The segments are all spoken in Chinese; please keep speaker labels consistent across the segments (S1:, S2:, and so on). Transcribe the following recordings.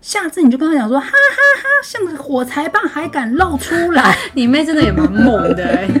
S1: 下次你就跟他讲说，哈哈哈，像个火柴棒还敢露出来。
S2: 你妹真的也蛮猛的哎、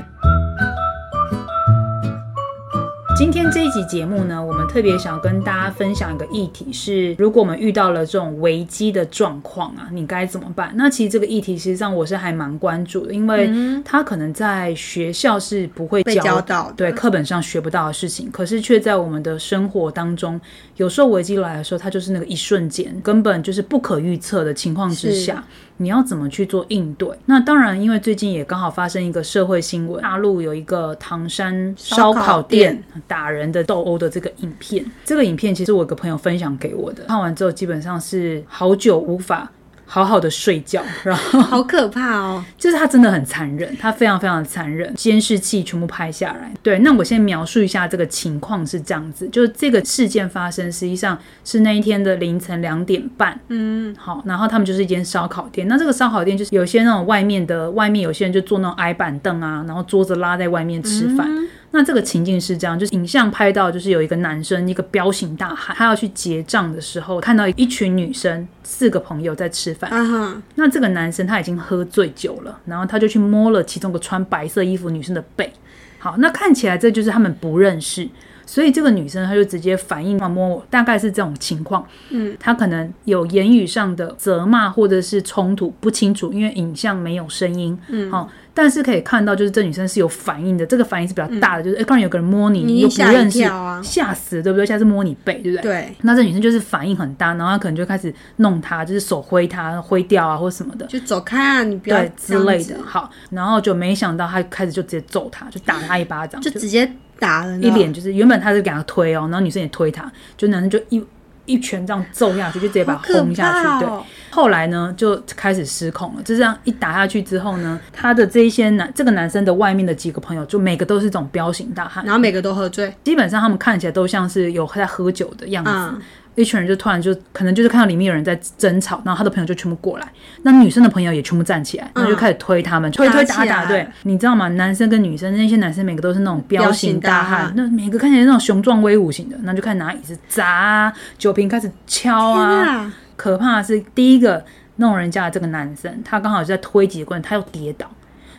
S1: 今天这一集节目呢，我们特别想跟大家分享一个议题是，如果我们遇到了这种危机的状况啊，你该怎么办？那其实这个议题，实际上我是还蛮关注的，因为它可能在学校是不会
S2: 嗯被教到的
S1: 对课本上学不到的事情，可是却在我们的生活当中，有时候危机来的时候，它就是那个一瞬间，根本就是不可预测的情况之
S2: 是
S1: 下。你要怎么去做应对？那当然，因为最近也刚好发生一个社会新闻，大陆有一个唐山烧
S2: 烧烤
S1: 烤店打人的斗殴的这个影片，这个影片其实我有个朋友分享给我的，看完之后基本上是好久无法好好的睡觉，然后
S2: 好可怕哦！
S1: 就是他真的很残忍，他非常非常的残忍，监视器全部拍下来。对，那我先描述一下这个情况是这样子，就是这个事件发生，实际上是那一天的凌晨两点半。嗯，好，然后他们就是一间烧烤店，那这个烧烤店就是有些那种外面的，外面有些人就坐那种矮板凳啊，然后桌子拉在外面吃饭。那这个情境是这样，就是影像拍到，就是有一个男生，一个彪形大汉，他要去结账的时候，看到一群女生，四个朋友在吃饭，
S2: 啊哈，
S1: 那这个男生他已经喝醉酒了，然后他就去摸了其中一个穿白色衣服女生的背。好，那看起来这就是他们不认识，所以这个女生她就直接反应嘛摸我，大概是这种情况。
S2: 嗯，
S1: 她可能有言语上的责骂或者是冲突，不清楚，因为影像没有声音。嗯，好、但是可以看到就是这女生是有反应的，这个反应是比较大的，就是哎，刚、然有个人摸你，
S2: 嗯你
S1: 你又不
S2: 吓一
S1: 认识
S2: 跳，啊
S1: 吓死，对不对？下次摸你背，对不对？
S2: 对，
S1: 那这女生就是反应很大，然后她可能就开始弄她，就是手挥她、挥掉啊，或什么的，
S2: 就走开啊，你不要
S1: 对之类的。，好，然后就没想到她开始就直接揍她，就打她一巴掌，
S2: 啊就直接打了呢
S1: 一脸就是原本她是给她推哦，然后女生也推她，就男生就一一拳这样揍下去，就直接把
S2: 好
S1: 她
S2: 可
S1: 轰下去。
S2: 怕
S1: 对，
S2: 哦！
S1: 后来呢就开始失控了，就这样一打下去之后呢，他的这一些男这个男生的外面的几个朋友，就每个都是这种彪形大汉
S2: 然，后每个都喝醉，
S1: 基本上他们看起来都像是有在喝酒的样子。
S2: 嗯
S1: 一群人就突然就可能就是看到里面有人在争吵，然后他的朋友就全部过来，那女生的朋友也全部站起来，
S2: 嗯
S1: 然后就开始推他们，推推打
S2: 打起
S1: 打。
S2: 来
S1: 对，你知道吗？男生跟女生那些男生每个都是那种彪形大
S2: 彪
S1: 汉
S2: 形，
S1: 那每个看起来那种雄壮威武型的，那就开始拿椅子砸啊，酒瓶开始敲
S2: 天
S1: 啊。
S2: 啊，
S1: 可怕的是第一个弄人家的这个男生，他刚好就在推几个棍，他又跌倒。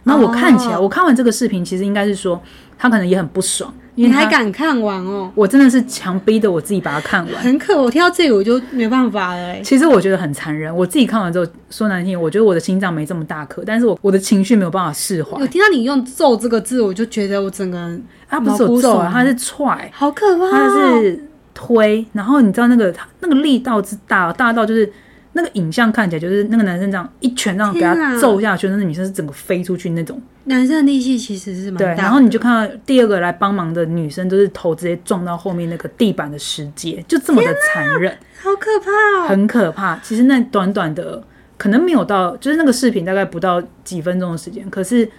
S1: 那我看起来，
S2: 哦
S1: 我看完这个视频，其实应该是说他可能也很不爽，因
S2: 你
S1: 为他
S2: 还敢看完哦？
S1: 我真的是强逼的我自己把它看完。
S2: 很可，我听到这里我就没办法了欸。
S1: 其实我觉得很残忍，我自己看完之后说难听，我觉得我的心脏没这么大颗，但是我我的情绪没有办法释怀
S2: 我。听到你用“揍”这个字，我就觉得我整个人
S1: 他不是有揍啊，
S2: 毛骨悚然
S1: 他是踹，
S2: 好可怕、哦，
S1: 他是推，然后你知道那个他那个力道之大，大到就是那个影像看起来就是那个男生这样一拳这样给
S2: 天
S1: 他
S2: 啊
S1: 揍下去，那个女生是整个飞出去那种。
S2: 男生的力气其实是蛮
S1: 对，
S2: 大的，
S1: 然后你就看到第二个来帮忙的女生，就是头直接撞到后面那个地板的石阶，就这么
S2: 啊
S1: 的残忍。
S2: 好可怕哦，
S1: 很可怕。其实那短短的，可能没有到，就是那个视频大概不到几分钟的时间，可是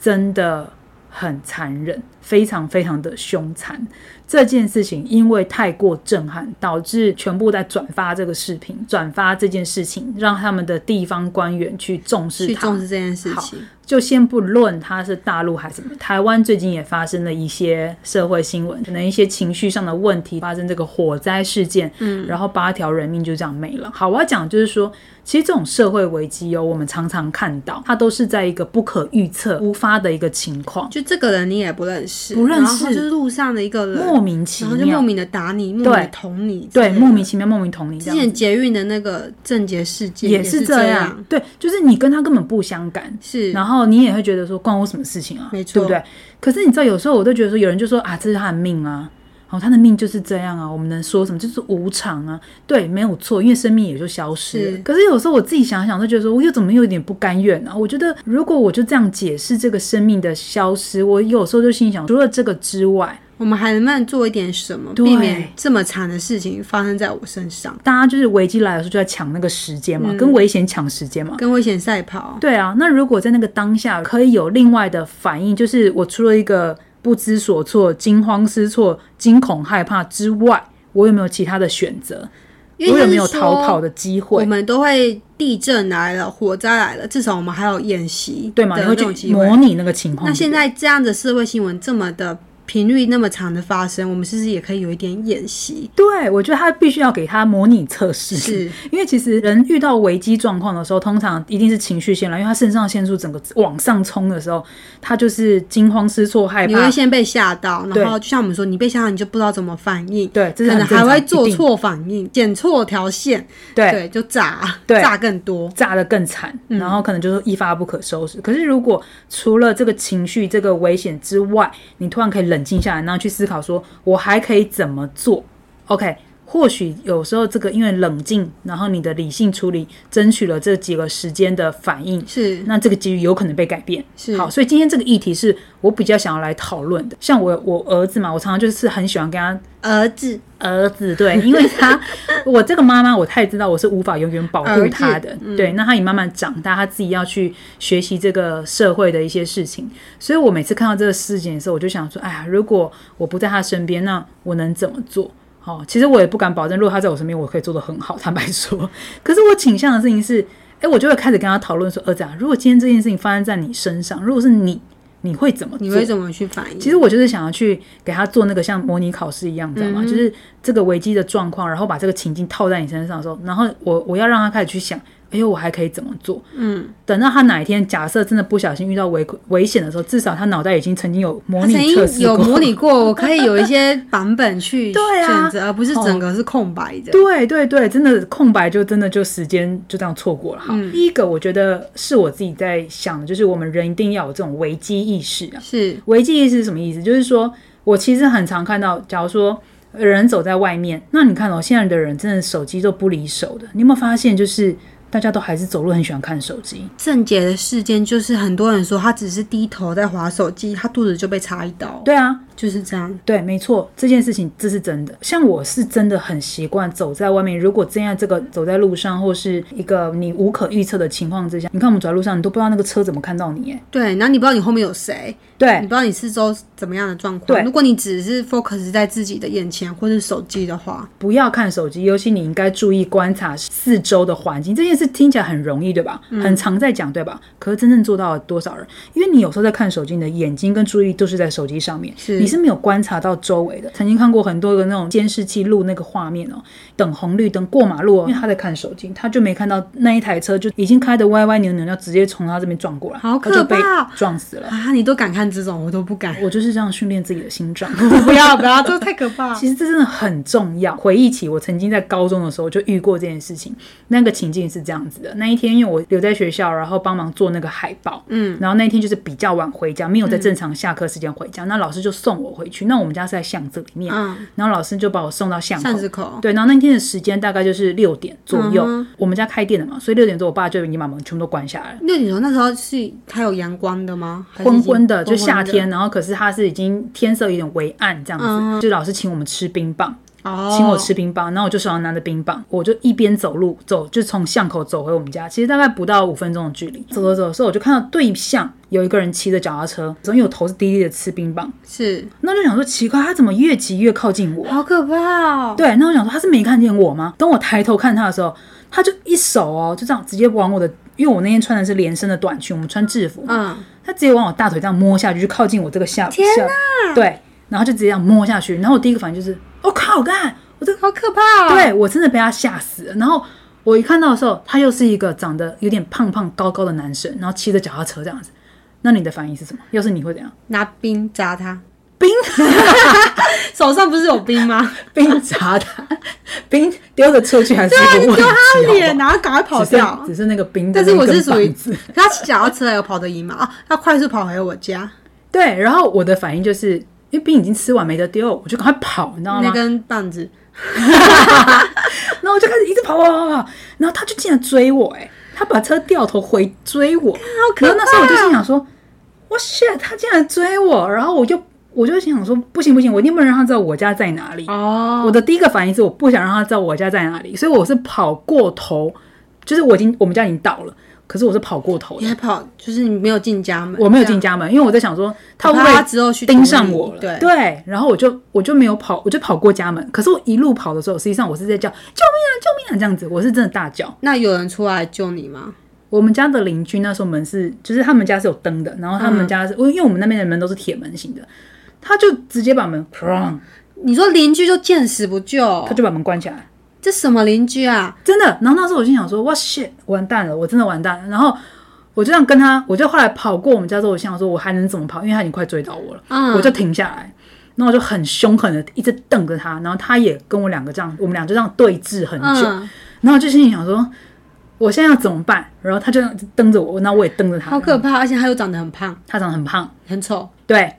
S1: 真的很残忍，非常非常的凶残。这件事情因为太过震撼，导致全部在转发这个视频，转发这件事情，让他们的地方官员去重视
S2: 去
S1: 它。
S2: 重视这件事
S1: 好
S2: 情，
S1: 就先不论它是大陆还是什么，台湾最近也发生了一些社会新闻，可能一些情绪上的问题，发生这个火灾事件，嗯，然后八条人命就这样没了。好，我要讲就是说，其实这种社会危机哦，我们常常看到，它都是在一个不可预测、突发的一个情况，
S2: 就这个人你也不认识，
S1: 不认
S2: 然后他
S1: 识
S2: 就是路上的一个人，
S1: 莫名其
S2: 然后就莫
S1: 妙，
S2: 名的打你，莫名的捅你，
S1: 对，莫。名其妙，莫名同理，
S2: 之
S1: 这样
S2: 前
S1: 子
S2: 捷运的那个郑捷事件
S1: 也
S2: 是
S1: 是
S2: 这
S1: 这样，，对，就是你跟他根本不相干，
S2: 是
S1: 然后你也会觉得说关我什么事情啊，
S2: 没错
S1: 对不对？可是你知道，有时候我都觉得说，有人就说啊，这是他的命啊，哦，他的命就是这样啊，我们能说什么？就是无常啊，对，没有错，因为生命也就消失了
S2: 是。
S1: 可是有时候我自己想想，都觉得说，我又怎么又有点不甘愿啊？我觉得如果我就这样解释这个生命的消失，我有时候就心想，除了这个之外，
S2: 我们还能不能做一点什么，
S1: 对
S2: 避免这么惨的事情发生在我身上？
S1: 大家就是危机来的时候就在抢那个时间嘛，
S2: 嗯
S1: 跟危险抢时间嘛。
S2: 跟危险赛跑，
S1: 对啊，那如果在那个当下可以有另外的反应，就是我除了一个不知所措、惊慌失措、惊恐害怕之外，我有没有其他的选择？
S2: 因为
S1: 我有没
S2: 就
S1: 有
S2: 是说
S1: 逃跑的机
S2: 我
S1: 会？
S2: 们都会地震来了，火灾来了，至少我们还有演习，
S1: 对吗？你
S2: 的
S1: 会
S2: 那种
S1: 去哦
S2: 机会
S1: 模拟那个情况。
S2: 那现在这样的社会新闻这么的频率那么长的发生，我们是不是也可以有一点演习？
S1: 对，我觉得他必须要给他模拟测试，
S2: 是
S1: 因为其实人遇到危机状况的时候，通常一定是情绪先来，因为他肾上腺素整个往上冲的时候，他就是惊慌失措、害
S2: 你会
S1: 怕。
S2: 先被吓到，
S1: 对
S2: 然后就像我们说，你被吓到你就不知道怎么反应，
S1: 对，这是
S2: 可
S1: 很
S2: 能
S1: 正
S2: 还
S1: 常
S2: 会
S1: 一
S2: 做
S1: 定
S2: 错反应，剪错条线，
S1: 对
S2: 对，就炸，
S1: 对
S2: 炸更多。
S1: 炸得更惨，然后可能就是一发不可收拾。可是如果除了这个情绪、这个危险之外，你突然可以冷静下来，然后去思考说，我还可以怎么做？OK，或许有时候这个因为冷静，然后你的理性处理，争取了这几个时间的反应。
S2: 是
S1: 那这个机遇有可能被改变，
S2: 是
S1: 好，所以今天这个议题是我比较想要来讨论的。像我我儿子嘛，我常常就是很喜欢跟他
S2: 儿子，
S1: 儿子，对，因为他我这个妈妈，我太知道我是无法永远保护他的，对，那他也慢慢长大，他自己要去学习这个社会的一些事情，所以我每次看到这个事情的时候，我就想说，哎呀，如果我不在他身边，那我能怎么做？哦，其实我也不敢保证，如果他在我身边，我可以做得很好。 坦白说，可是我倾向的事情是，哎，我就会开始跟他讨论说，儿子啊，如果今天这件事情发生在你身上，如果是你，你会怎么做？
S2: 你会怎么去反应？
S1: 其实我就是想要去给他做那个像模拟考试一样，你知道
S2: 嗯
S1: 吗？就是这个危机的状况，然后把这个情境套在你身上的时候，然后我我要让他开始去想，哎呦，我还可以怎么做？
S2: 嗯，
S1: 等到他哪一天假设真的不小心遇到危危险的时候，至少他脑袋已经曾经有模
S2: 他曾
S1: 拟测
S2: 经
S1: 试过，
S2: 啊有模拟过，我可以有一些版 本去
S1: 对啊
S2: 选择，而不是整个是空白 的。
S1: 对对对，真的空白就真的就时间就这样错过了哈。
S2: 嗯
S1: 第一个我觉得是我自己在想的，就是我们人一定要有这种危机意识啊。
S2: 是
S1: 危机意识是什么意思？就是说我其实很常看到，假如说呃人走在外面，那你看哦，现在的人真的手机都不离手的，你有没有发现？就是大家都还是走路很喜欢看手机，
S2: 郑杰的事件，就是很多人说他只是低头在划手机，他肚子就被插一刀，
S1: 对啊，
S2: 就是这样。
S1: 对，没错，这件事情这是真的。像我是真的很习惯走在外面，如果真在这个走在路上，或是一个你无可预测的情况之下，你看我们走在路上，你都不知道那个车怎么看到你，哎，
S2: 对，然后你不知道你后面有谁，
S1: 对
S2: 你，不知道你四周怎么样的状
S1: 对
S2: 况。如果你只是 focus 在自己的眼前或是手机的话，
S1: 不要看手机，尤其你应该注意观察四周的环境。这件事听起来很容易，对吧？
S2: 嗯
S1: 很常在讲，对吧？可是真正做到了多少人？因为你有时候在看手机，你的眼睛跟注意力都是在手机上面，
S2: 是
S1: 你是没有观察到周围的。曾经看过很多的那种监视器录那个画面哦，等红绿灯过马路、哦，因为他在看手机，他就没看到那一台车就已经开得歪歪扭扭，要直接从他这边撞过来，
S2: 好可
S1: 他就被
S2: 怕哦
S1: 撞死了。
S2: 啊，你都敢看这种，我都不 敢。
S1: 我就是这样训练自己的心 脏。
S2: 不要不要，这太可怕。
S1: 其实这真的很重要。回忆起我曾经在高中的时候就遇过这件事情，那个情境是这样子的：那一天因为我留在学校，然后帮忙做那个海报，嗯，然后那一天就是比较晚回家，没有在正常下课时间回家，那老师就送我回去。那我们家是在巷子里面，
S2: 嗯，
S1: 然后老师就把我送到巷口
S2: 巷。子口，
S1: 对，然后那天的时间大概就是六点左右，
S2: 嗯
S1: 我们家开店了嘛，所以六点多我爸就已经把门全部都关下来了。
S2: 那你说那时候是它有阳光的吗？还是已
S1: 昏
S2: 经
S1: 昏的，就
S2: 昏昏
S1: 夏天，然后可是它是已经天色有点微暗这样子，
S2: 嗯
S1: 就老师请我们吃冰棒，
S2: 哦，
S1: 请我吃冰棒，然后我就手上拿着冰棒，我就一边走路走，就从巷口走回我们家，其实大概不到五分钟的距离。走走走的时候，我就看到对向有一个人骑着脚踏车，因为我头是低低的吃冰棒，
S2: 是，
S1: 那就想说奇怪，他怎么越骑越靠近我？
S2: 好可怕哦。
S1: 对，那我想说他是没看见我吗？等我抬头看他的时候，他就一手哦，就这样直接往我的，因为我那天穿的是连身的短裙，我们穿制服，
S2: 嗯，
S1: 他直接往我大腿这样摸下去，就靠近我这个下天下，对，然后就直接这样摸下去，然后我第一个反应就是，我、靠，干，我这
S2: 好可怕哦。，
S1: 对我真的被他吓死了。然后我一看到的时候，他又是一个长得有点胖胖高高的男生，然后骑着脚踏车这样子。那你的反应是什么？要是你会怎样？
S2: 拿冰砸它，
S1: 冰
S2: 手上不是有 冰吗？
S1: 冰砸他，冰丢的出去还是一个问题
S2: 丢啊他
S1: 好不好
S2: 脸，然后赶快跑
S1: 只是
S2: 掉。
S1: 只是那个冰的
S2: 但
S1: 那根
S2: 是我
S1: 棒子，
S2: 是属于他骑脚踏车有跑得赢吗？啊，他快速跑回我家，
S1: 对。然后我的反应就是，因为冰已经吃完没得丢，我就赶快跑，你知道
S2: 那
S1: 吗？
S2: 根棒子
S1: 然后我就开始一直跑跑跑跑跑，然后他就竟然追我、哎，他把车掉头回追我，
S2: 好可
S1: 然后那时候我就心想说，我 shit，他竟然追我，然后我就我就心想说，不行不行，我一定不能让他知道我家在哪里。
S2: 哦，
S1: 我的第一个反应是我不想让他知道我家在哪里，所以我是跑过头，就是我已经我们家已经到了，可是我是跑过头
S2: 你
S1: 的，
S2: 还跑，就是你没有进家门，
S1: 我没有进家门，因为我在想说他会不
S2: 怕他
S1: 会
S2: 之后去
S1: 盯上
S2: 处理
S1: 我了，
S2: 对，
S1: 然后我就我就没有跑，我就跑过家门，可是我一路跑的时候，实际上我是在叫救命啊救命啊这样子，我是真的大叫。
S2: 那有人出来救你吗？
S1: 我们家的邻
S2: 嗯
S1: 居那时候门是，就是他们家是有灯的，然后他们家是，因为我们那边的门都是铁门型的，他就直接把门，
S2: 哦
S1: 砰
S2: 你说邻居就见死不救
S1: 他，就把门关起来。
S2: 这什么邻居啊？
S1: 真的。然后那时候我心想说，哇 shit，完蛋了，我真的完蛋了。然后我就这样跟他，我就后来跑过我们家之后，我心想说，我还能怎么跑？因为他已经快追到我了，
S2: 嗯
S1: 我就停下来。然后我就很凶狠的一直瞪着他，然后他也跟我两个这样，我们俩就这样对峙很久。
S2: 嗯，
S1: 然后我就心里想说，我现在要怎么办？然后他就这样瞪着我，那我也瞪着他。
S2: 好可怕，而且他又长得很胖，
S1: 他长得很胖，
S2: 很丑。
S1: 对，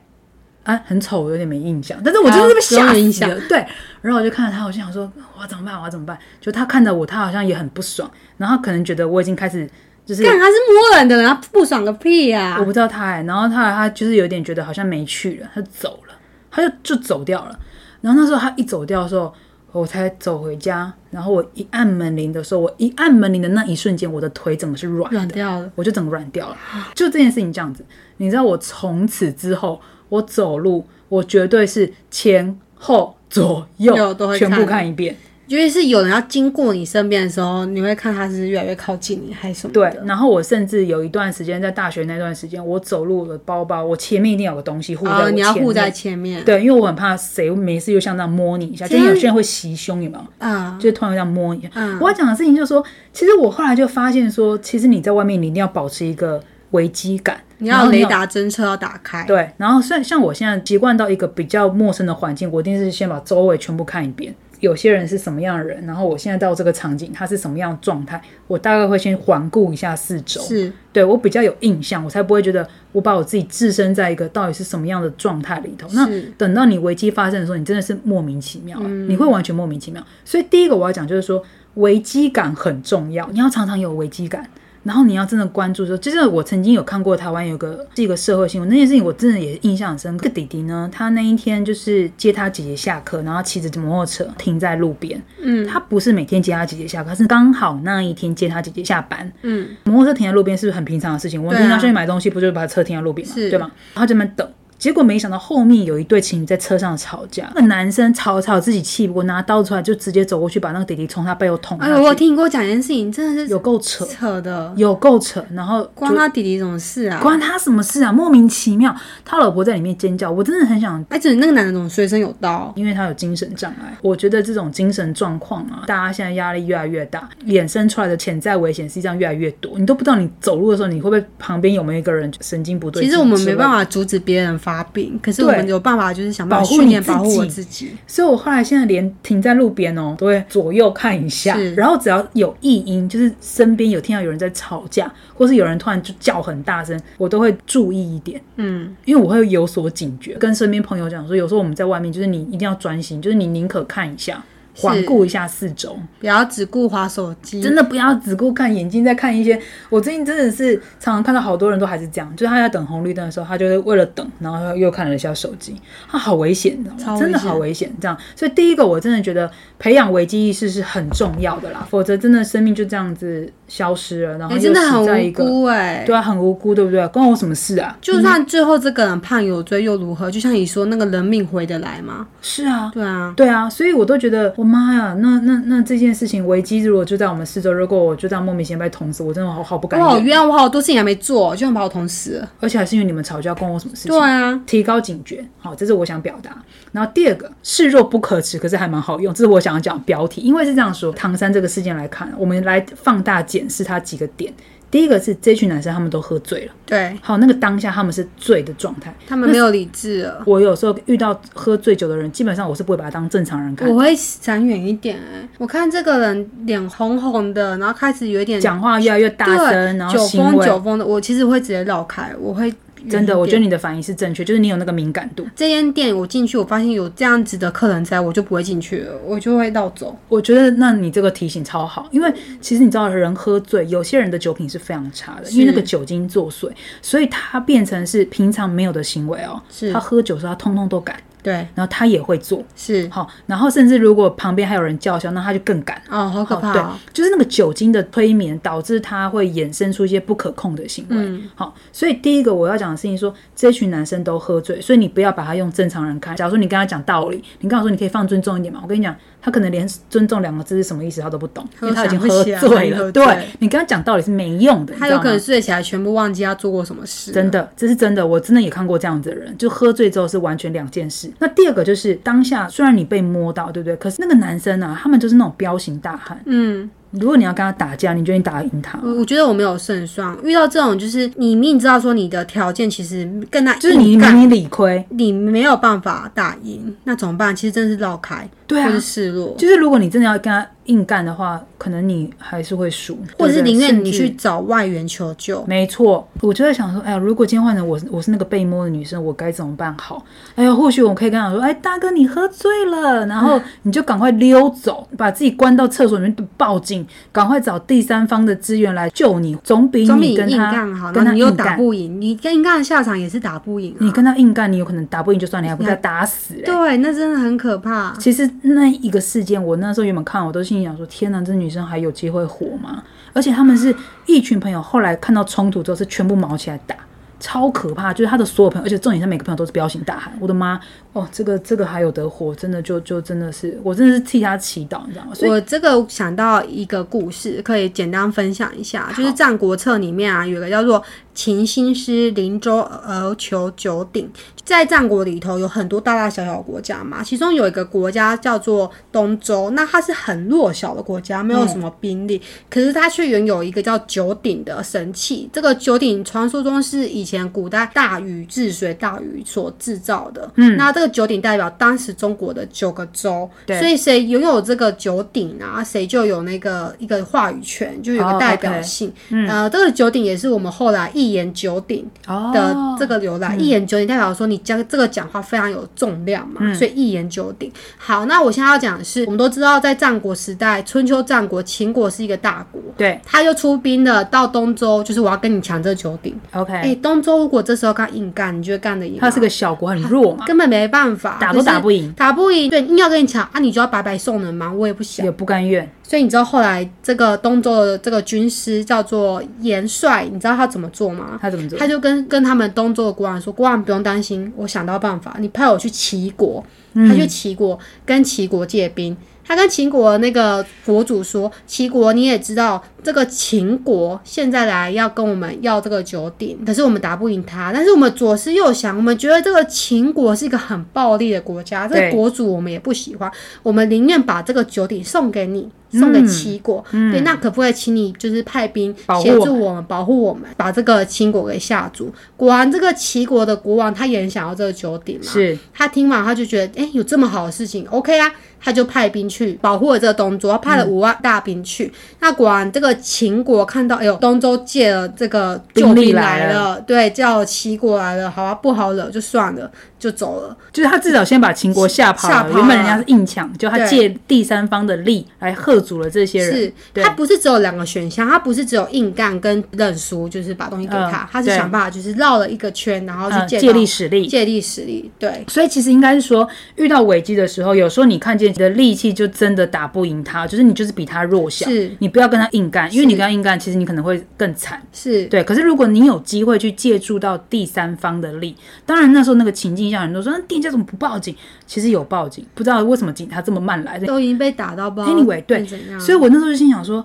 S1: 啊，很丑，我有点没印象，但是我就是被
S2: 好
S1: 吓
S2: 啊有印
S1: 死
S2: 象
S1: 了。对，然后我就看着他，我就想说，我要怎么办？我要怎么办？就他看着我，他好像也很不爽，然后他可能觉得我已经开始就是
S2: 但他是摸人的人，他不爽个屁啊呀、
S1: 我不知道他、欸，然后他他就是有点觉得好像没趣了，他就走了，他就就走掉了。然后那时候他一走掉的时候，我才走回家，然后我一按门铃的时候，我一按门铃的那一瞬间，我的腿整个是软的
S2: 软掉了。
S1: 我就整个软掉了。就这件事情这样子，你知道我从此之后，我走路我绝对是前后左右
S2: 右都会
S1: 全部
S2: 看
S1: 看一遍。
S2: 尤其是有人要经过你身边的时候，你会看他是越来越靠近你，还是什么
S1: 对
S2: 的，
S1: 然后我甚至有一段时间在大学那段时间，我走路我的包包，我前面一定有个东西护在我
S2: 哦，
S1: 前
S2: 你
S1: 面。
S2: 要护在前面。
S1: 对，因为我很怕谁没事又像这样摸你一下，就
S2: 这样
S1: 有些人会袭胸，有没有？
S2: 啊，
S1: 就是突然这样摸你一下。
S2: 嗯
S1: 我要讲的事情就是说，其实我后来就发现说，其实你在外面你一定要保持一个危机感，
S2: 你
S1: 然
S2: 要
S1: 后
S2: 雷达侦测要打开。
S1: 对，然后像像我现在习惯到一个比较陌生的环境，我一定是先把周围全部看一遍。有些人是什么样的人，然后我现在到这个场景，他是什么样的状态，我大概会先环顾一下四周，
S2: 是
S1: 对我比较有印象，我才不会觉得我把我自己置身在一个到底是什么样的状态里头。那
S2: 是
S1: 等到你危机发生的时候，你真的是莫名其妙、啊你会完全莫名其妙。所以第一个我要讲就是说，危机感很重要，你要常常有危机感。然后你要真的关注说，就是我曾经有看过台湾有个是一个社会新闻，那件事情我真的也印象很深刻。这个弟弟呢，他那一天就是接他姐姐下课，然后骑着摩托车停在路边。嗯，他不是每天接他姐姐下课，他是刚好那一天接他姐姐下班。
S2: 嗯，
S1: 摩托车停在路边是不是很平常的事情？我们
S2: 对啊
S1: 平常去买东西，不就是把车停在路边嘛，
S2: 是
S1: 对吗？然后这边等，结果没想到后面有一对情侣在车上吵架，那个男生吵吵自己气不过，拿刀出来就直接走过去把那个弟弟从他背后捅下
S2: 哎
S1: 去，
S2: 呦，我听你给我讲一件事情，真的是
S1: 有够扯，
S2: 扯的，
S1: 有够扯，然后就
S2: 关他弟弟什么事啊？
S1: 关他什么事啊？莫名其妙，他老婆在里面尖叫，我真的很想
S2: 哎，只是那个男的怎么随身有刀？
S1: 因为他有精神障碍，我觉得这种精神状况啊，大家现在压力越来越大，衍生出来的潜在危险实际上越来越多。你都不知道你走路的时候，你会不会旁边有没有一个人神经不对
S2: 其
S1: 劲？
S2: 实我们没办
S1: 法。
S2: 法阻止别人发病，可是我
S1: 对
S2: 们有办法就是想办法
S1: 保护
S2: 训
S1: 你
S2: 练
S1: 自己
S2: 保护我自己。
S1: 所以我后来现在连停在路边哦，都会左右看一下
S2: 是，
S1: 然后只要有异音，就是身边有听到有人在吵架，或是有人突然就叫很大声，我都会注意一点。
S2: 嗯，
S1: 因为我会有所警觉，跟身边朋友讲说，有时候我们在外面，就是你一定要专心，就是你宁可看一下，环顾一下四周，
S2: 不要只顾划手机，
S1: 真的不要只顾看眼睛在看一些。我最近真的是常常看到好多人都还是这样，就是他在等红绿灯的时候，他就会为了等，然后又看了一下手机，他好危险，你知道吗？
S2: 超危险
S1: 真的好危险，这样。所以第一个，我真的觉得培养危机意识是很重要的啦，否则真的生命就这样子消失了，然后
S2: 哎、
S1: 又
S2: 真的
S1: 死在
S2: 很
S1: 一
S2: 无
S1: 个。
S2: 辜哎、
S1: 对啊，很无辜，对不对？关我什么事啊？
S2: 就算最后这个人判有罪又如何？就像你说，那个人命回得来吗？
S1: 是啊，
S2: 对啊，
S1: 对啊，所以我都觉得，我妈呀，那那那这件事情危机如果就在我们四周，如果我就这样莫名其妙被捅死，我真的好好不
S2: 我
S1: 甘
S2: 好
S1: 愿，
S2: 冤，我好多事情还没做，就想把我捅死了。
S1: 而且还是因为你们吵架，关我什么事
S2: 对
S1: 情？
S2: 啊，
S1: 提高警觉，好，这是我想表达。然后第二个，示弱不可耻，可是还蛮好用，这是我想要讲的标题，因为是这样说。唐三这个事件来看，我们来放大检视它几个点。第一个是这群男生他们都喝醉了，
S2: 对
S1: 好，那个当下他们是醉的状态。
S2: 他们没有理智了，
S1: 我有时候遇到喝醉酒的人，基本上我是不会把他当正常人看
S2: 我，会闪远一点哎、我看这个人脸红红的，然后开始有一点
S1: 讲话越来越大声，
S2: 对
S1: 然后
S2: 酒
S1: 行
S2: 疯
S1: 为
S2: 酒疯的，我其实会直接绕开，我会远
S1: 真的，
S2: 一
S1: 我觉
S2: 点
S1: 得你的反应是正确，就是你有那个敏感度。
S2: 这间店我进去，我发现有这样子的客人在，我就不会进去了，我就会绕走。
S1: 我觉得那你这个提醒超好，因为其实你知道，人喝醉，有些人的酒品是非常差的，因为那个酒精作祟，所以他变成是平常没有的行为哦。
S2: 是嗯
S1: 他喝酒的时候，他通通都敢。
S2: 对，
S1: 然后他也会做。
S2: 是
S1: 好，然后甚至如果旁边还有人叫嚣，那他就更敢。
S2: 哦，好可怕、
S1: 对
S2: 哦，
S1: 就是那个酒精的催眠，导致他会衍生出一些不可控的行为。
S2: 嗯
S1: 好，所以第一个我要讲的事情说，这群男生都喝醉，所以你不要把他用正常人看。假如说你跟他讲道理，你跟他说你可以放尊重一点嘛，我跟你讲，他可能连尊重两个字是什么意思他都不懂，因为他已经
S2: 喝
S1: 喝
S2: 想不起来
S1: 醉
S2: 他已经
S1: 了。
S2: 喝醉
S1: 对你跟他讲道理是没用的，你
S2: 他
S1: 知
S2: 有
S1: 道
S2: 可嗯
S1: 吗
S2: 能睡起来全部忘记他做过什么事，
S1: 真，的，这是真的，我真的也看过这样子的人，就喝醉之后是完全两件事。那第二个就是当下，虽然你被摸到，对不对？可是那个男生啊，他们就是那种彪形大汉。
S2: 嗯，
S1: 如果你要跟他打架，你觉得你打得赢他吗？
S2: 我我觉得我没有胜算。遇到这种就是你明明知道说你的条件其实跟他
S1: 就是你明
S2: 硬干
S1: 明理亏，
S2: 你没有办法打赢，那怎么办？其实真的是绕开，
S1: 对啊
S2: 或是示弱，
S1: 就是如果你真的要跟他硬干的话，可能你还是会输，
S2: 或者
S1: 对
S2: 是
S1: 不对
S2: 宁愿你。
S1: 甚
S2: 去
S1: 至
S2: 找外援求救。
S1: 没错，我就在想说，哎呀，如果今天换成我，我是那个被摸的女生，我该怎么办好？哎呀，或许我可以跟他说，哎，大哥，你喝醉了，然后你就赶快溜走，把自己关到厕所里面报警，赶快找第三方的资源来救你，总比
S2: 总比
S1: 你
S2: 你
S1: 跟
S2: 硬
S1: 他
S2: 干好，
S1: 跟
S2: 然后
S1: 他
S2: 你又
S1: 硬
S2: 打
S1: 干。
S2: 不赢，你跟硬干下场也是打不赢、啊。
S1: 你跟他硬干，你有可能打不赢就算，你还不被他打死、 欸。
S2: 对，那真的很可怕。
S1: 其实那一个事件，我那时候原本看，我都心里想说：天哪，这女生还有机会活吗？而且他们是一群朋友，后来看到冲突之后是全部毛起来打，超可怕。就是他的所有朋友，而且重点是每个朋友都是彪形大汉。我的妈！哦，这个这个还有得活，真的就就真的是，我真的是替他祈祷，你知道吗？所以
S2: 我这个想到一个故事，可以简单分享一下，就是《战国策》里面啊，有个叫做秦兴师临州而求九鼎。在战国里头有很多大大小小的国家嘛，其中有一个国家叫做东周，那它是很弱小的国家，没
S1: 嗯
S2: 有什么兵力，可是它却拥有一个叫九鼎的神器。这个九鼎传说中是以前古代大禹治水大禹所制造的。嗯，那这个九鼎代表当时中国的九个州，
S1: 对
S2: 所以谁拥有这个九鼎啊，谁就有那个一个话语权，就有
S1: 哦
S2: 个代表
S1: OK 嗯
S2: 性。呃，这个九鼎也是我们后来一言九鼎的
S1: 哦，
S2: 这个由来，一言九鼎代表说你讲这个讲话非常有重量
S1: 嗯
S2: 嘛，所以一言九鼎。好，那我现在要讲的是，我们都知道在战国时代，春秋战国，秦国是一个大国，
S1: 对
S2: 他又出兵了，到东周，就是我要跟你抢这九鼎。
S1: ，OK，、
S2: 哎、东周如果这时候跟他硬干，你就会干得赢吗。
S1: 他是个小国，很弱嘛，
S2: 根本没办法，
S1: 打
S2: 就
S1: 都
S2: 是
S1: 打不赢，
S2: 打不赢，对，硬要跟你抢啊，你就要白白送人嘛，我也不想。
S1: 也不甘愿。
S2: 所以你知道后来这个东周的这个军师叫做元帅，你知道他怎么做吗？
S1: 他怎么做？
S2: 他就跟跟他们东周的国王说：“国王不用担心，我想到办法。你派我去齐国，
S1: 嗯
S2: 他去齐国跟齐国借兵。他跟秦国那个国主说：‘齐国你也知道，这个秦国现在来要跟我们要这个九鼎，可是我们打不赢他。但是我们左思右想，我们觉得这个秦国是一个很暴力的国家，这
S1: 对
S2: 个国主我们也不喜欢，我们宁愿把这个九鼎送给你，送给齐国。对，那可不可以请你就是派兵
S1: 嗯保护
S2: 协
S1: 我
S2: 助我们，保护我们，把这个秦国给下逐？果然，这个齐国的国王他也很想要这个九鼎嘛。
S1: 是
S2: 他听完他就觉得，哎、有这么好的事情，OK 啊，他就派兵去保护了这个东周，他派了五万大兵
S1: 嗯
S2: 去。那果然，这个秦国看到，哎呦，东周借了这个救
S1: 兵力
S2: 兵
S1: 来
S2: 来了，对，叫齐国来了，好啊，不好惹就算了，就走了。
S1: 就是他至少先把秦国吓跑
S2: 吓
S1: 了，
S2: 跑了
S1: 原本人家是硬抢，就他
S2: 对
S1: 借第三方的力来喝阻了这些人。
S2: 是，
S1: 对
S2: 他不是只有两个选项，他不是只有硬干跟认输，就是把东西给他，
S1: 嗯
S2: 他是
S1: 对
S2: 想办法就是绕了一个圈，然后去
S1: 呃
S2: 借、
S1: 借力使力。
S2: 借力使力，对。
S1: 所以其实应该是说，遇到危机的时候，有时候你看见你的力气就真的打不赢他，就是你就是比他弱小，
S2: 是
S1: 你不要跟他硬干，因为
S2: 是
S1: 你跟他硬干，其实你可能会更惨。
S2: 是，
S1: 对，可是如果你有机会去借助到第三方的力，当然那时候那个情境下，很多人说那店家怎么不报警？其实有报警，不知道为什么警察这么慢来。
S2: 都已经被打到不知道
S1: Anyway，对
S2: 会怎样？
S1: 所以我那时候就心想说，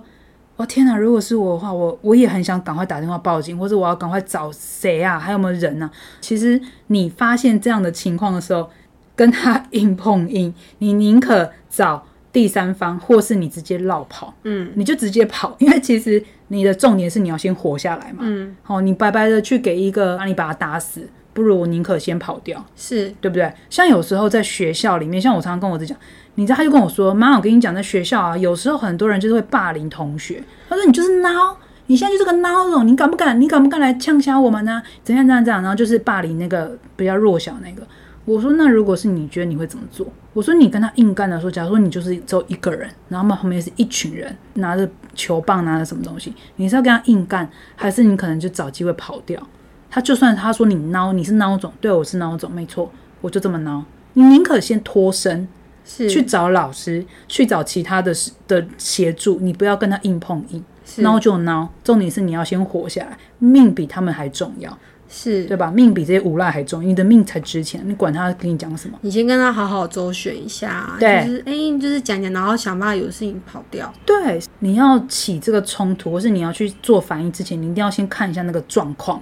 S1: 哦天哪，如果是我的话，我我也很想赶快打电话报警，或者我要赶快找谁啊，还有没有人啊？其实你发现这样的情况的时候，跟他 硬碰硬，你宁可找。第三方，或是你直接绕跑，
S2: 嗯，
S1: 你就直接跑，因为其实你的重点是你要先活下来嘛，
S2: 嗯，
S1: 好、你白白的去给一个啊让你把他打死，不如我宁可先跑掉，
S2: 是
S1: 对不对？像有时候在学校里面，像我常常跟我儿子讲，你知道他就跟我说：“妈，我跟你讲，在学校啊，有时候很多人就是会霸凌同学。”他说：“你就是孬，你现在就是个孬种，你敢不敢？你敢不敢来呛瞎我们呢、怎样怎样怎样？”然后就是霸凌那个比较弱小那个。我说：“那如果是你觉得你会怎么做？”我说：“你跟他硬干的时候，假如说你就是只有一个人，然后嘛旁边是一群人拿着球棒，拿着什么东西，你是要跟他硬干，还是你可能就找机会跑掉？”他就算他说你孬，你是孬种，对我是孬种，没错，我就这么孬。你宁可先脱身，
S2: 是
S1: 去找老师，去找其他的的协助，你不要跟他硬碰硬，
S2: 是
S1: 孬就孬。重点是你要先活下来，命比他们还重要，
S2: 是，
S1: 对吧？命比这些无赖还重要，你的命才值钱。你管他跟你讲什么？
S2: 你先跟他好好周旋一下，就
S1: 对
S2: 是哎、就是讲讲，然后想办法有事情跑掉。
S1: 对，你要起这个冲突，或是你要去做反应之前，你一定要先看一下那个状况、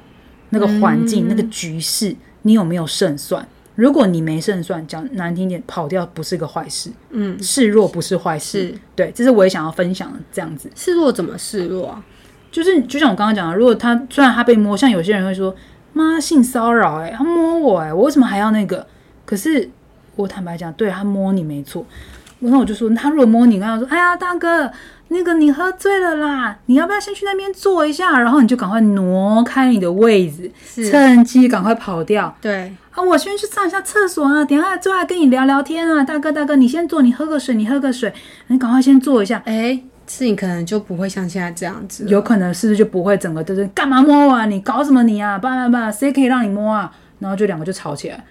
S1: 那个环
S2: 嗯
S1: 境、那个局势，你有没有胜算？如果你没胜算，讲难听点，跑掉不是个坏事，
S2: 嗯，
S1: 示弱不是坏事
S2: 是。
S1: 对，这是我也想要分享的这样子。
S2: 示弱怎么示弱啊？
S1: 就是就像我刚刚讲的，如果他虽然他被摸，像有些人会说妈性骚扰，哎，他摸我、哎，我为什么还要那个？可是我坦白讲，对他摸你没错，然后我就说，他如果摸你，跟他说，哎呀，大哥，那个你喝醉了啦，你要不要先去那边坐一下？然后你就赶快挪开你的位置，
S2: 是，
S1: 趁机赶快跑掉。
S2: 对，
S1: 啊，我先去上一下厕所啊，等一下坐下来跟你聊聊天啊，大哥大哥，你先坐，你喝个水，你喝个水，你赶快先坐一下。
S2: 哎、事情可能就不会像现在这样子了。
S1: 有可能是不是就不会整个就是干嘛摸我啊？你搞什么你啊？爸爸爸，谁可以让你摸啊？然后就两个就吵起来，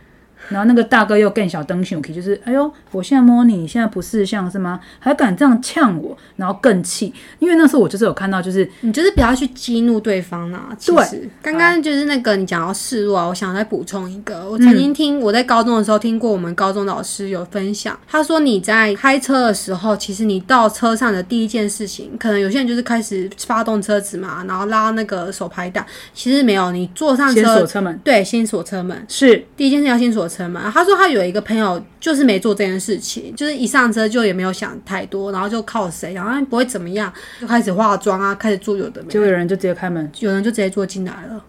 S1: 然后那个大哥又更小灯熊气，就是哎呦，我现在摸你，你现在不识相是吗？还敢这样呛我，然后更气，因为那时候我就是有看到，就是
S2: 你就是不要去激怒对方啦。其实刚刚就是那个你讲到示弱啊，我想再补充一个，我曾经听、我在高中的时候听过我们高中老师有分享，他说你在开车的时候，其实你到车上的第一件事情，可能有些人就是开始发动车子嘛，然后拉那个手排档，其实没有，你坐上
S1: 先锁
S2: 车，
S1: 车门
S2: 对，先锁车门。
S1: 是
S2: 第一件事要先锁车门。他说他有一个朋友就是没做这件事情，就是一上车就也没有想太多，然后就靠谁，然后不会怎么样，就开始化妆啊，开始做有的没
S1: 结
S2: 的，
S1: 果有人就直接开门，
S2: 有人就直接坐进来了。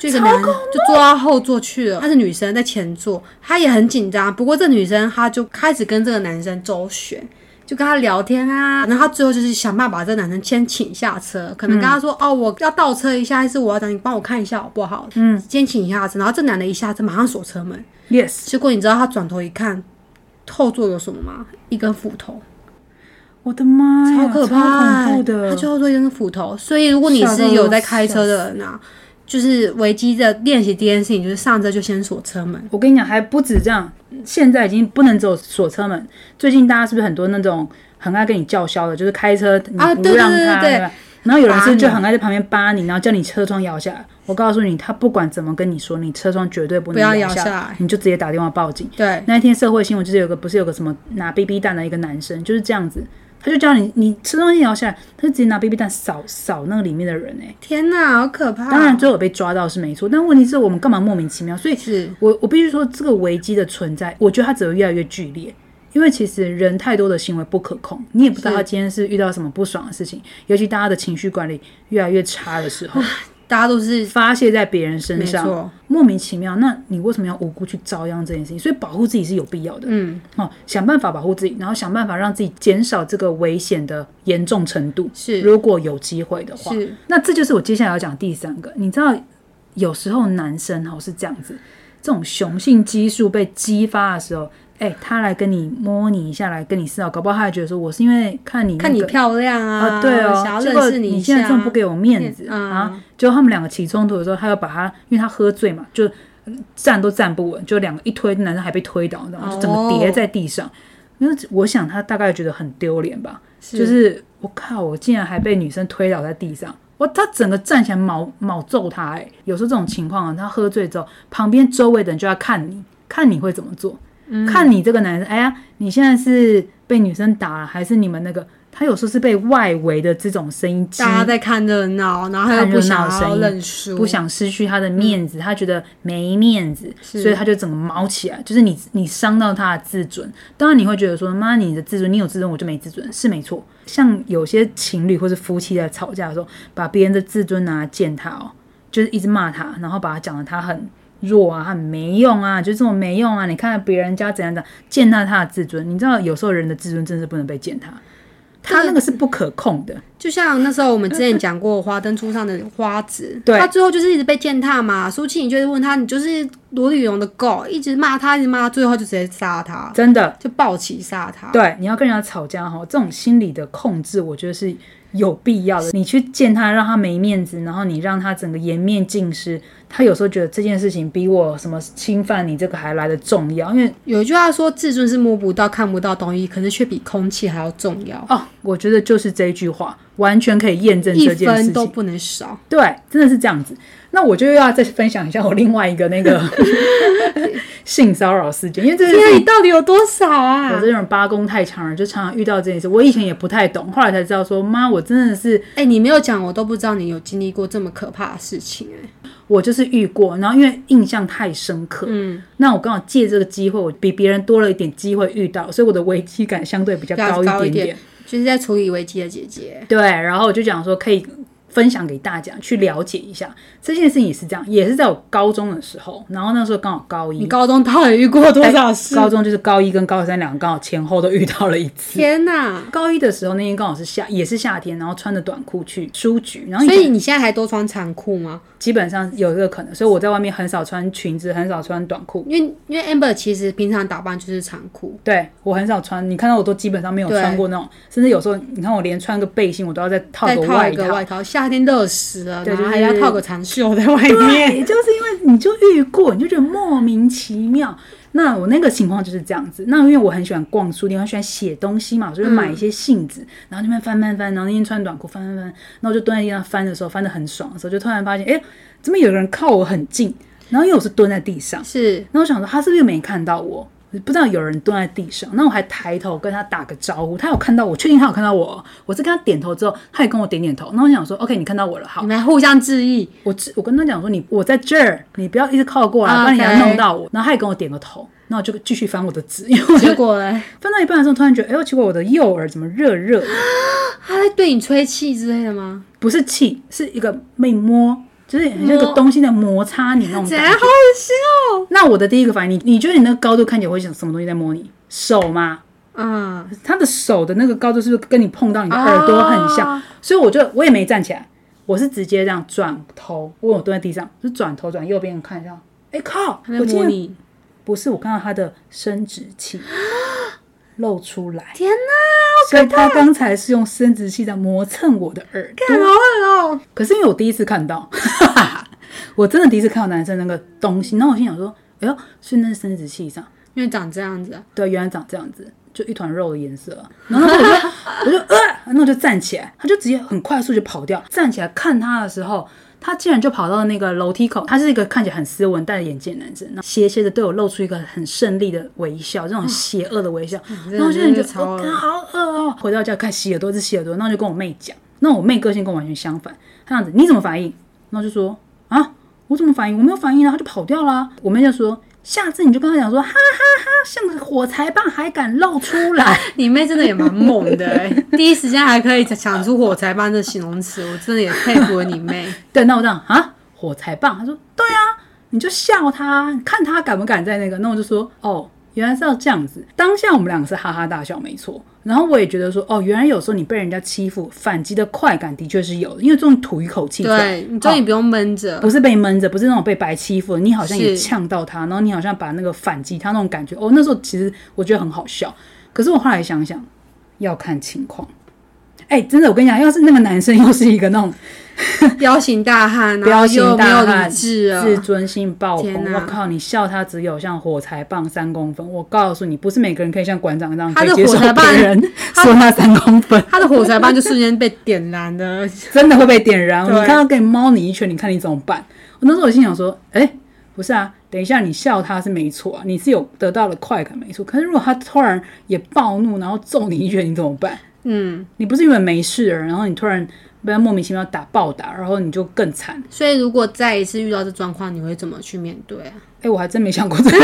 S2: 就一个男人就坐到后座去了，她是女生在前座，她也很紧张。不过这女生她就开始跟这个男生周旋，就跟他聊天啊，然后她最后就是想办法把这个男生先请下车，可能跟他说、哦我要倒车一下，还是我要等你帮我看一下好不好？嗯，先请一下车。然后这男的一下车马上锁车门，
S1: ，yes，
S2: 结果你知道他转头一看，后座有什么吗？一根斧头，
S1: 我的妈哎呀，
S2: 超
S1: 超
S2: 可怕、
S1: 恐怖
S2: 他
S1: 的，
S2: 最后座一根斧头，所以如果你是有在开车的人啊，就是危机的练习第一件事情就是上车就先锁车门。
S1: 我跟你讲，还不止这样，现在已经不能走锁车门。最近大家是不是很多那种很爱跟你叫嚣的，就是开车你
S2: 啊对
S1: 不让他，
S2: 对对对
S1: 吧然后有人
S2: 扒
S1: 是
S2: 你
S1: 就很爱在旁边扒你，然后叫你车窗摇下来。我告诉你，他不管怎么跟你说，你车窗绝对不
S2: 不
S1: 能
S2: 要
S1: 摇
S2: 摇
S1: 下
S2: 下
S1: 来
S2: 来，
S1: 你就直接打电话报警。
S2: 对，
S1: 那一天社会新闻就是有个不是有个什么拿 BB 弹的一个男生就是这样子，他就叫你你车窗一摇下来，他就直接拿 BB 弹扫扫那个里面的人哎、
S2: 天哪，好可怕！
S1: 当然最后有被抓到是没错，但问题是我们干嘛莫名其妙？所以
S2: 是
S1: 我我必须说，这个危机的存在，我觉得它只会越来越剧烈，因为其实人太多的行为不可控，你也不知道
S2: 是
S1: 他今天是遇到什么不爽的事情，尤其大家的情绪管理越来越差的时候，
S2: 大家都是
S1: 发泄在别人身
S2: 没
S1: 上，
S2: 错，
S1: 莫名其妙，那你为什么要无辜去遭殃这件事情？所以保护自己是有必要的，
S2: 嗯，
S1: 哦，想办法保护自己，然后想办法让自己减少这个危险的严重程度，
S2: 是
S1: 如果有机会的话，
S2: 是
S1: 那这就是我接下来要讲第三个。你知道，有时候男生哦是这样子，这种雄性激素被激发的时候，哎、他来跟你摸你一下，来跟你示好，搞不好他还觉得说我是因为看你、那个、
S2: 看你漂亮啊，
S1: 啊，对哦，
S2: 想要
S1: 结果
S2: 认识
S1: 你
S2: 一
S1: 现在
S2: 下
S1: 这。么不给我面子、
S2: 嗯
S1: 啊！就他们两个起冲突的时候，他又把他，因为他喝醉嘛，就站都站不稳，就两个一推，男生还被推倒，你知道吗？就整
S2: 哦
S1: 个跌在地上。因为我想他大概觉得很丢脸吧，
S2: 是
S1: 就是我靠，我竟然还被女生推倒在地上。我他整个站起来卯卯揍他哎、有时候这种情况啊，他喝醉之后，旁边周围的人就要看你，看你会怎么做，看你这个男生，哎呀，你现在是被女生打了，还是你们那个？他有时候是被外围的这种声音激
S2: 大家在看热闹，然后他又
S1: 看
S2: 不
S1: 热闹
S2: 想
S1: 的
S2: 要
S1: 声音
S2: 认输，
S1: 不想失去他的面子，他觉得没面子，
S2: 是
S1: 所以他就整个毛起来，就是你你伤到他的自尊。当然你会觉得说，妈，你的自尊，你有自尊我就没自尊，是没错。像有些情侣或是夫妻在吵架的时候，把别人的自尊拿来践踏哦，就是一直骂他，然后把他讲的他很。弱啊，很没用啊，就这么没用啊！你看别人家怎样怎样，践踏他的自尊。你知道，有时候人的自尊真的是不能被践踏，他那个是不可控的。
S2: 就像那时候我们 之前讲过《华灯初上》的花子，
S1: 对
S2: 他最后就是一直被践踏嘛。苏庆，你就会问他，你就是罗丽蓉的狗，一直骂他，一直骂他，最后就直接杀他，
S1: 真的，
S2: 就暴起杀他。
S1: 对，你要跟人家吵架哈，这种心理的控制，我觉得是有必要的。你去见他，让他没面子，然后你让他整个颜面尽失，他有时候觉得这件事情比我什么侵犯你这个还来得重要，因为
S2: 有一句话说，自尊是摸不到、看不到的东西，可是却比空气还要重要，
S1: 哦，我觉得就是这一句话完全可以验证
S2: 一
S1: 这件事
S2: 分都
S1: 情。
S2: 不能少。
S1: 对，真的是这样子。那我就又要再分享一下我另外一个那 个性骚扰事件，因为这
S2: 天啊，
S1: 是
S2: 你到底有多少啊？
S1: 我这种八公太强人，就常常遇到这件事。我以前也不太懂，后来才知道说，妈，我真的是
S2: 哎、你没有讲，我都不知道你有经历过这么可怕的事情、哎，
S1: 我就是遇过，然后因为印象太深刻，
S2: 嗯，
S1: 那我刚好借这个机会，我比别人多了一点机会遇到，所以我的危机感相对比较
S2: 比较
S1: 高
S2: 高一
S1: 一点
S2: 点就是在处理危机的姐姐。
S1: 对，然后我就讲说可以分享给大家去了解一下这件事情也是这样，也是在我高中的时候，然后那时候刚好高一
S2: 你，高中到底遇过多
S1: 哎
S2: 少事？
S1: 高中就是高一跟高三两个刚好前后都遇到了一次。
S2: 天啊哪、
S1: 高一的时候那天刚好是夏，也是夏天，然后穿着短裤去书局，然后
S2: 所以你现在还多穿长裤吗？
S1: 基本上有这个可能，所以我在外面很少穿裙子，很少穿短裤。
S2: 因为因为 Amber 其实平常打扮就是长裤，
S1: 对我很少穿，你看到我都基本上没有
S2: 对
S1: 穿过那种，甚至有时候你看我连穿个背心，我都要再套
S2: 再
S1: 个
S2: 套
S1: 外
S2: 一个
S1: 套
S2: 外。套，夏天热死了，
S1: 对
S2: 然后还
S1: 就是
S2: 要套个长袖在外面。
S1: 对，就是因为你就遇过，你就觉得莫名其妙。那我那个情况就是这样子。那因为我很喜欢逛书店，我很喜欢写东西嘛，我就会买一些信纸，然后那边翻翻翻，然后那天穿短裤翻翻翻，那我就蹲在地上翻的时候，翻的很爽的时候，就突然发现，哎、怎么有个人靠我很近？然后因为我是蹲在地上，
S2: 是，
S1: 然后我想说他是不是没看到我？不知道有人蹲在地上，那我还抬头跟他打个招呼，他有看到我，确定他有看到我，我是跟他点头之后，他也跟我点点头，那我想说，OK，你看到我了，好
S2: 你，们还互相 致意，
S1: 我只我跟他讲说你我在这儿，你不要一直靠过来，
S2: 啊
S1: 不然你要
S2: OK
S1: 弄到我。然后他也跟我点个头，那我就继续翻我的纸，因为我就
S2: 结果嘞，
S1: 翻到一半的时候，突然觉得，哎呦，奇怪，我的右耳怎么热热的？
S2: 他在对你吹气之类的吗？
S1: 不是气，是一个被摸，就是很像一个
S2: 摸
S1: 东西在摩擦你那种
S2: 怎
S1: 感
S2: 样？好
S1: 觉。
S2: 恶心哦！
S1: 那我的第一个反应，你你觉得你那个高度看起来会想什么东西在摸你？手吗？
S2: 啊、
S1: 他的手的那个高度是不是跟你碰到你的耳朵很像？
S2: 啊
S1: 所以我就我也没站起来，我是直接这样转头，因为我蹲在地上，就转头转右边看一下。哎、靠！
S2: 他在
S1: 我竟
S2: 摸
S1: 然
S2: 你，
S1: 不是，我看到他的生殖器露出来，
S2: 天哪，
S1: 所以他刚才是用生殖器在磨蹭我的耳
S2: 干
S1: 朵。
S2: 好恶哦！
S1: 可是因为我第一次看到， 我真的第一次看到男生那个东西，然后我心想说，哎呦，是那是生殖器上，
S2: 因为长这样子啊，
S1: 对，原来长这样子，就一团肉的颜色。然后那时候我就我就呃，那我就站起来，他就直接很快速就跑掉。站起来看他的时候，他竟然就跑到那个楼梯口。他是一个看起来很斯文、戴着眼镜的男生，然后斜斜的对我露出一个很胜利的微笑，这种邪恶的微笑。然后我现在
S2: 嗯真
S1: 就
S2: 的
S1: 觉得
S2: 超
S1: 我
S2: 恶
S1: 靠好饿哦。回到家开始洗耳朵，是洗耳朵，那我就跟我妹讲，那我妹个性跟我完全相反，她这样子你怎么反应？然后就说啊，我怎么反应？我没有反应啊，她就跑掉啦、我妹就说。下次你就跟她讲说，哈哈哈像个火柴棒还敢露出来，
S2: 你妹真的也蛮猛 的、欸，第一时间还可以想出火柴般的形容词，我真的也佩服了你 妹。
S1: 对，那我这样啊，火柴棒，她说对啊，你就笑她，看她敢不敢在那个。那我就说哦，原来是要这样子。当下我们两个是哈哈大笑，没错。然后我也觉得说，哦，原来有时候你被人家欺负，反击的快感的确是有的，因为终于吐一口气出来，
S2: 对，你终于不用闷 着，
S1: 不是被闷着，不是那种被白欺负，你好像也
S2: 是
S1: 呛到他，然后你好像把那个反击他那种感觉，哦，那时候其实我觉得很好笑，可是我后来想想，要看情况。哎、真的，我跟你讲，要是那个男生又是一个那种
S2: 彪形大汉，然
S1: 彪
S2: 后
S1: 形
S2: 又没有
S1: 大汉、
S2: 理智啊，
S1: 自尊心爆棚，
S2: 天哪
S1: 我靠，你笑他只有像火柴棒三公分，我告诉你，不是每个人可以像馆长这样
S2: 他
S1: 可以
S2: 的
S1: 接受
S2: 火柴棒
S1: 别人 说他三公分，
S2: 他的火柴棒就瞬间被点燃了。
S1: 真的会被点燃。你
S2: 对
S1: 看到给你猫你一拳，你看你怎么办？我那时候我心想说，哎、不是啊，等一下你笑他是没错啊，你是有得到了快感没错。可是如果他突然也暴怒，然后揍你一拳，你怎么办？
S2: 嗯，
S1: 你不是原本没事的人，然后你突然被他莫名其妙打暴打，然后你就更惨。
S2: 所以如果再一次遇到这状况，你会怎么去面对啊？
S1: 哎、我还真没想过这个。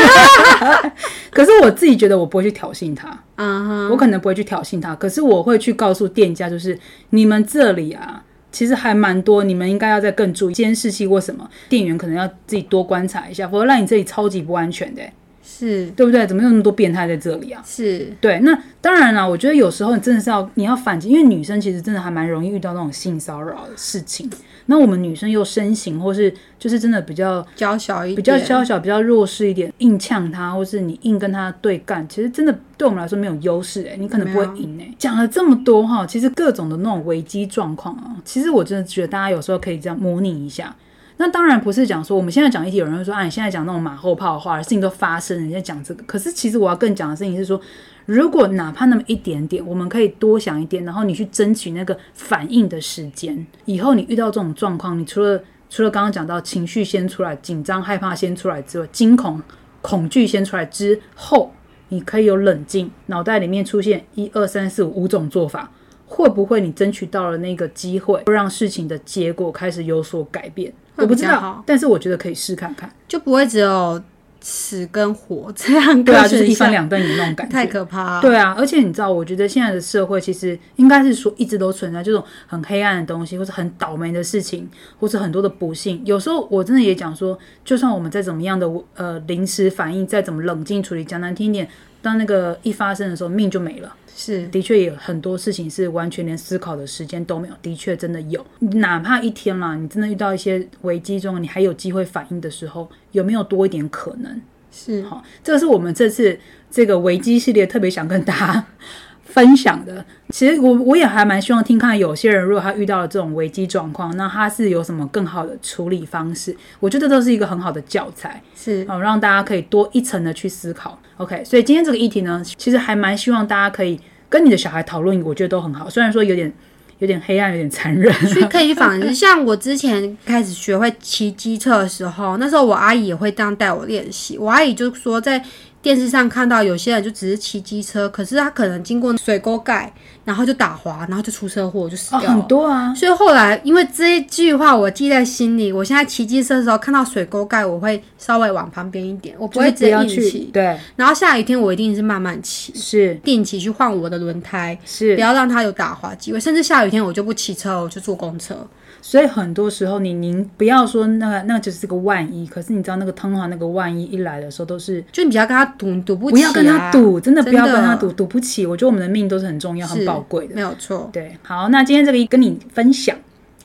S1: 可是我自己觉得我不会去挑衅他，
S2: 啊哈，
S1: 我可能不会去挑衅他，可是我会去告诉店家，就是你们这里啊，其实还蛮多，你们应该要再更注意监视器或什么，店员可能要自己多观察一下，否则让你这里超级不安全的欸、
S2: 是
S1: 对不对？怎么有那么多变态在这里啊？
S2: 是，
S1: 对，那当然啦，我觉得有时候你真的是要你要反击，因为女生其实真的还蛮容易遇到那种性骚扰的事情。那我们女生又身形或是就是真的比较
S2: 娇小一点，
S1: 比较娇小、比较弱势一点，硬呛他，或是你硬跟他对干，其实真的对我们来说没有优势哎，你可能不会赢哎。讲了这么多哈，其实各种的那种危机状况啊，其实我真的觉得大家有时候可以这样模拟一下。那当然不是讲说我们现在讲议题，有人会说啊，你现在讲那种马后炮的话，事情都发生了，你在讲这个。可是其实我要更讲的事情是说，如果哪怕那么一点点，我们可以多想一点，然后你去争取那个反应的时间。以后你遇到这种状况，你除了除了刚刚讲到情绪先出来，紧张害怕先出来之外，惊恐恐惧先出来之后，你可以有冷静，脑袋里面出现一二三四五五种做法，会不会你争取到了那个机会，会让事情的结果开始有所改变？
S2: 会
S1: 我不知
S2: 比较
S1: 道
S2: 好，
S1: 但是我觉得可以试看看。
S2: 就不会只有死跟活这样
S1: 对啊，
S2: 各
S1: 就是
S2: 选
S1: 一翻
S2: 项
S1: 两瞪眼那种感觉，
S2: 太可怕了。
S1: 对啊，而且你知道，我觉得现在的社会其实应该是说一直都存在这种很黑暗的东西，或是很倒霉的事情，或是很多的不幸。有时候我真的也讲说，就算我们再怎么样的呃临时反应，再怎么冷静处理，讲难听一点，当那个一发生的时候，命就没了。
S2: 是
S1: 的确也有很多事情是完全连思考的时间都没有，的确真的有。哪怕一天啦，你真的遇到一些危机中，你还有机会反应的时候，有没有多一点可能？
S2: 是，
S1: 好，这是我们这次这个危机系列特别想跟大家 分享的。其实我我也还蛮希望听看有些人，如果他遇到了这种危机状况，那他是有什么更好的处理方式？我觉得都是一个很好的教材，
S2: 是
S1: 好、让大家可以多一层的去思考。OK，所以今天这个议题呢，其实还蛮希望大家可以跟你的小孩讨论，我觉得都很好。虽然说有点有点黑暗，有点残忍，
S2: 所以可以去仿制。 像我之前开始学会骑机车的时候，那时候我阿姨也会这样带我练习。我阿姨就说，在电视上看到有些人就只是骑机车，可是他可能经过水沟盖，然后就打滑，然后就出车祸，就死
S1: 哦，
S2: 掉了。
S1: 很多啊，
S2: 所以后来，因为这一句话我记在心里，我现在骑机车的时候看到水沟盖，我会稍微往旁边一点，我不
S1: 就是
S2: 会直
S1: 不
S2: 接
S1: 要
S2: 硬
S1: 去，
S2: 骑。
S1: 对，
S2: 然后下雨天我一定是慢慢骑，
S1: 是
S2: 定期去换我的轮胎，
S1: 是
S2: 不。要让它有打滑机会。甚至下雨天我就不骑车，我就坐公车。
S1: 所以很多时候你，您不要说那个，那个就是个万一。可是你知道，那个通常那个万一一来的时候，都是
S2: 就你不要跟他赌，你赌不
S1: 不
S2: 起、啊。
S1: 要跟他赌，真的不要跟他
S2: 真
S1: 赌，赌不起。我觉得我们的命都是很重要、
S2: 是
S1: 很宝贵的。
S2: 没有错。
S1: 对，好，那今天这个跟你分享，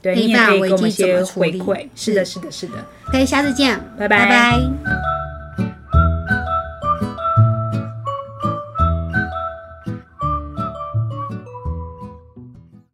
S1: 对
S2: 可以
S1: 你也可以
S2: 把
S1: 给我们一
S2: 危机怎
S1: 些
S2: 么处
S1: 回
S2: 理
S1: 馈。是的，是的，是的。
S2: 可以，下次见，
S1: 拜拜
S2: 拜拜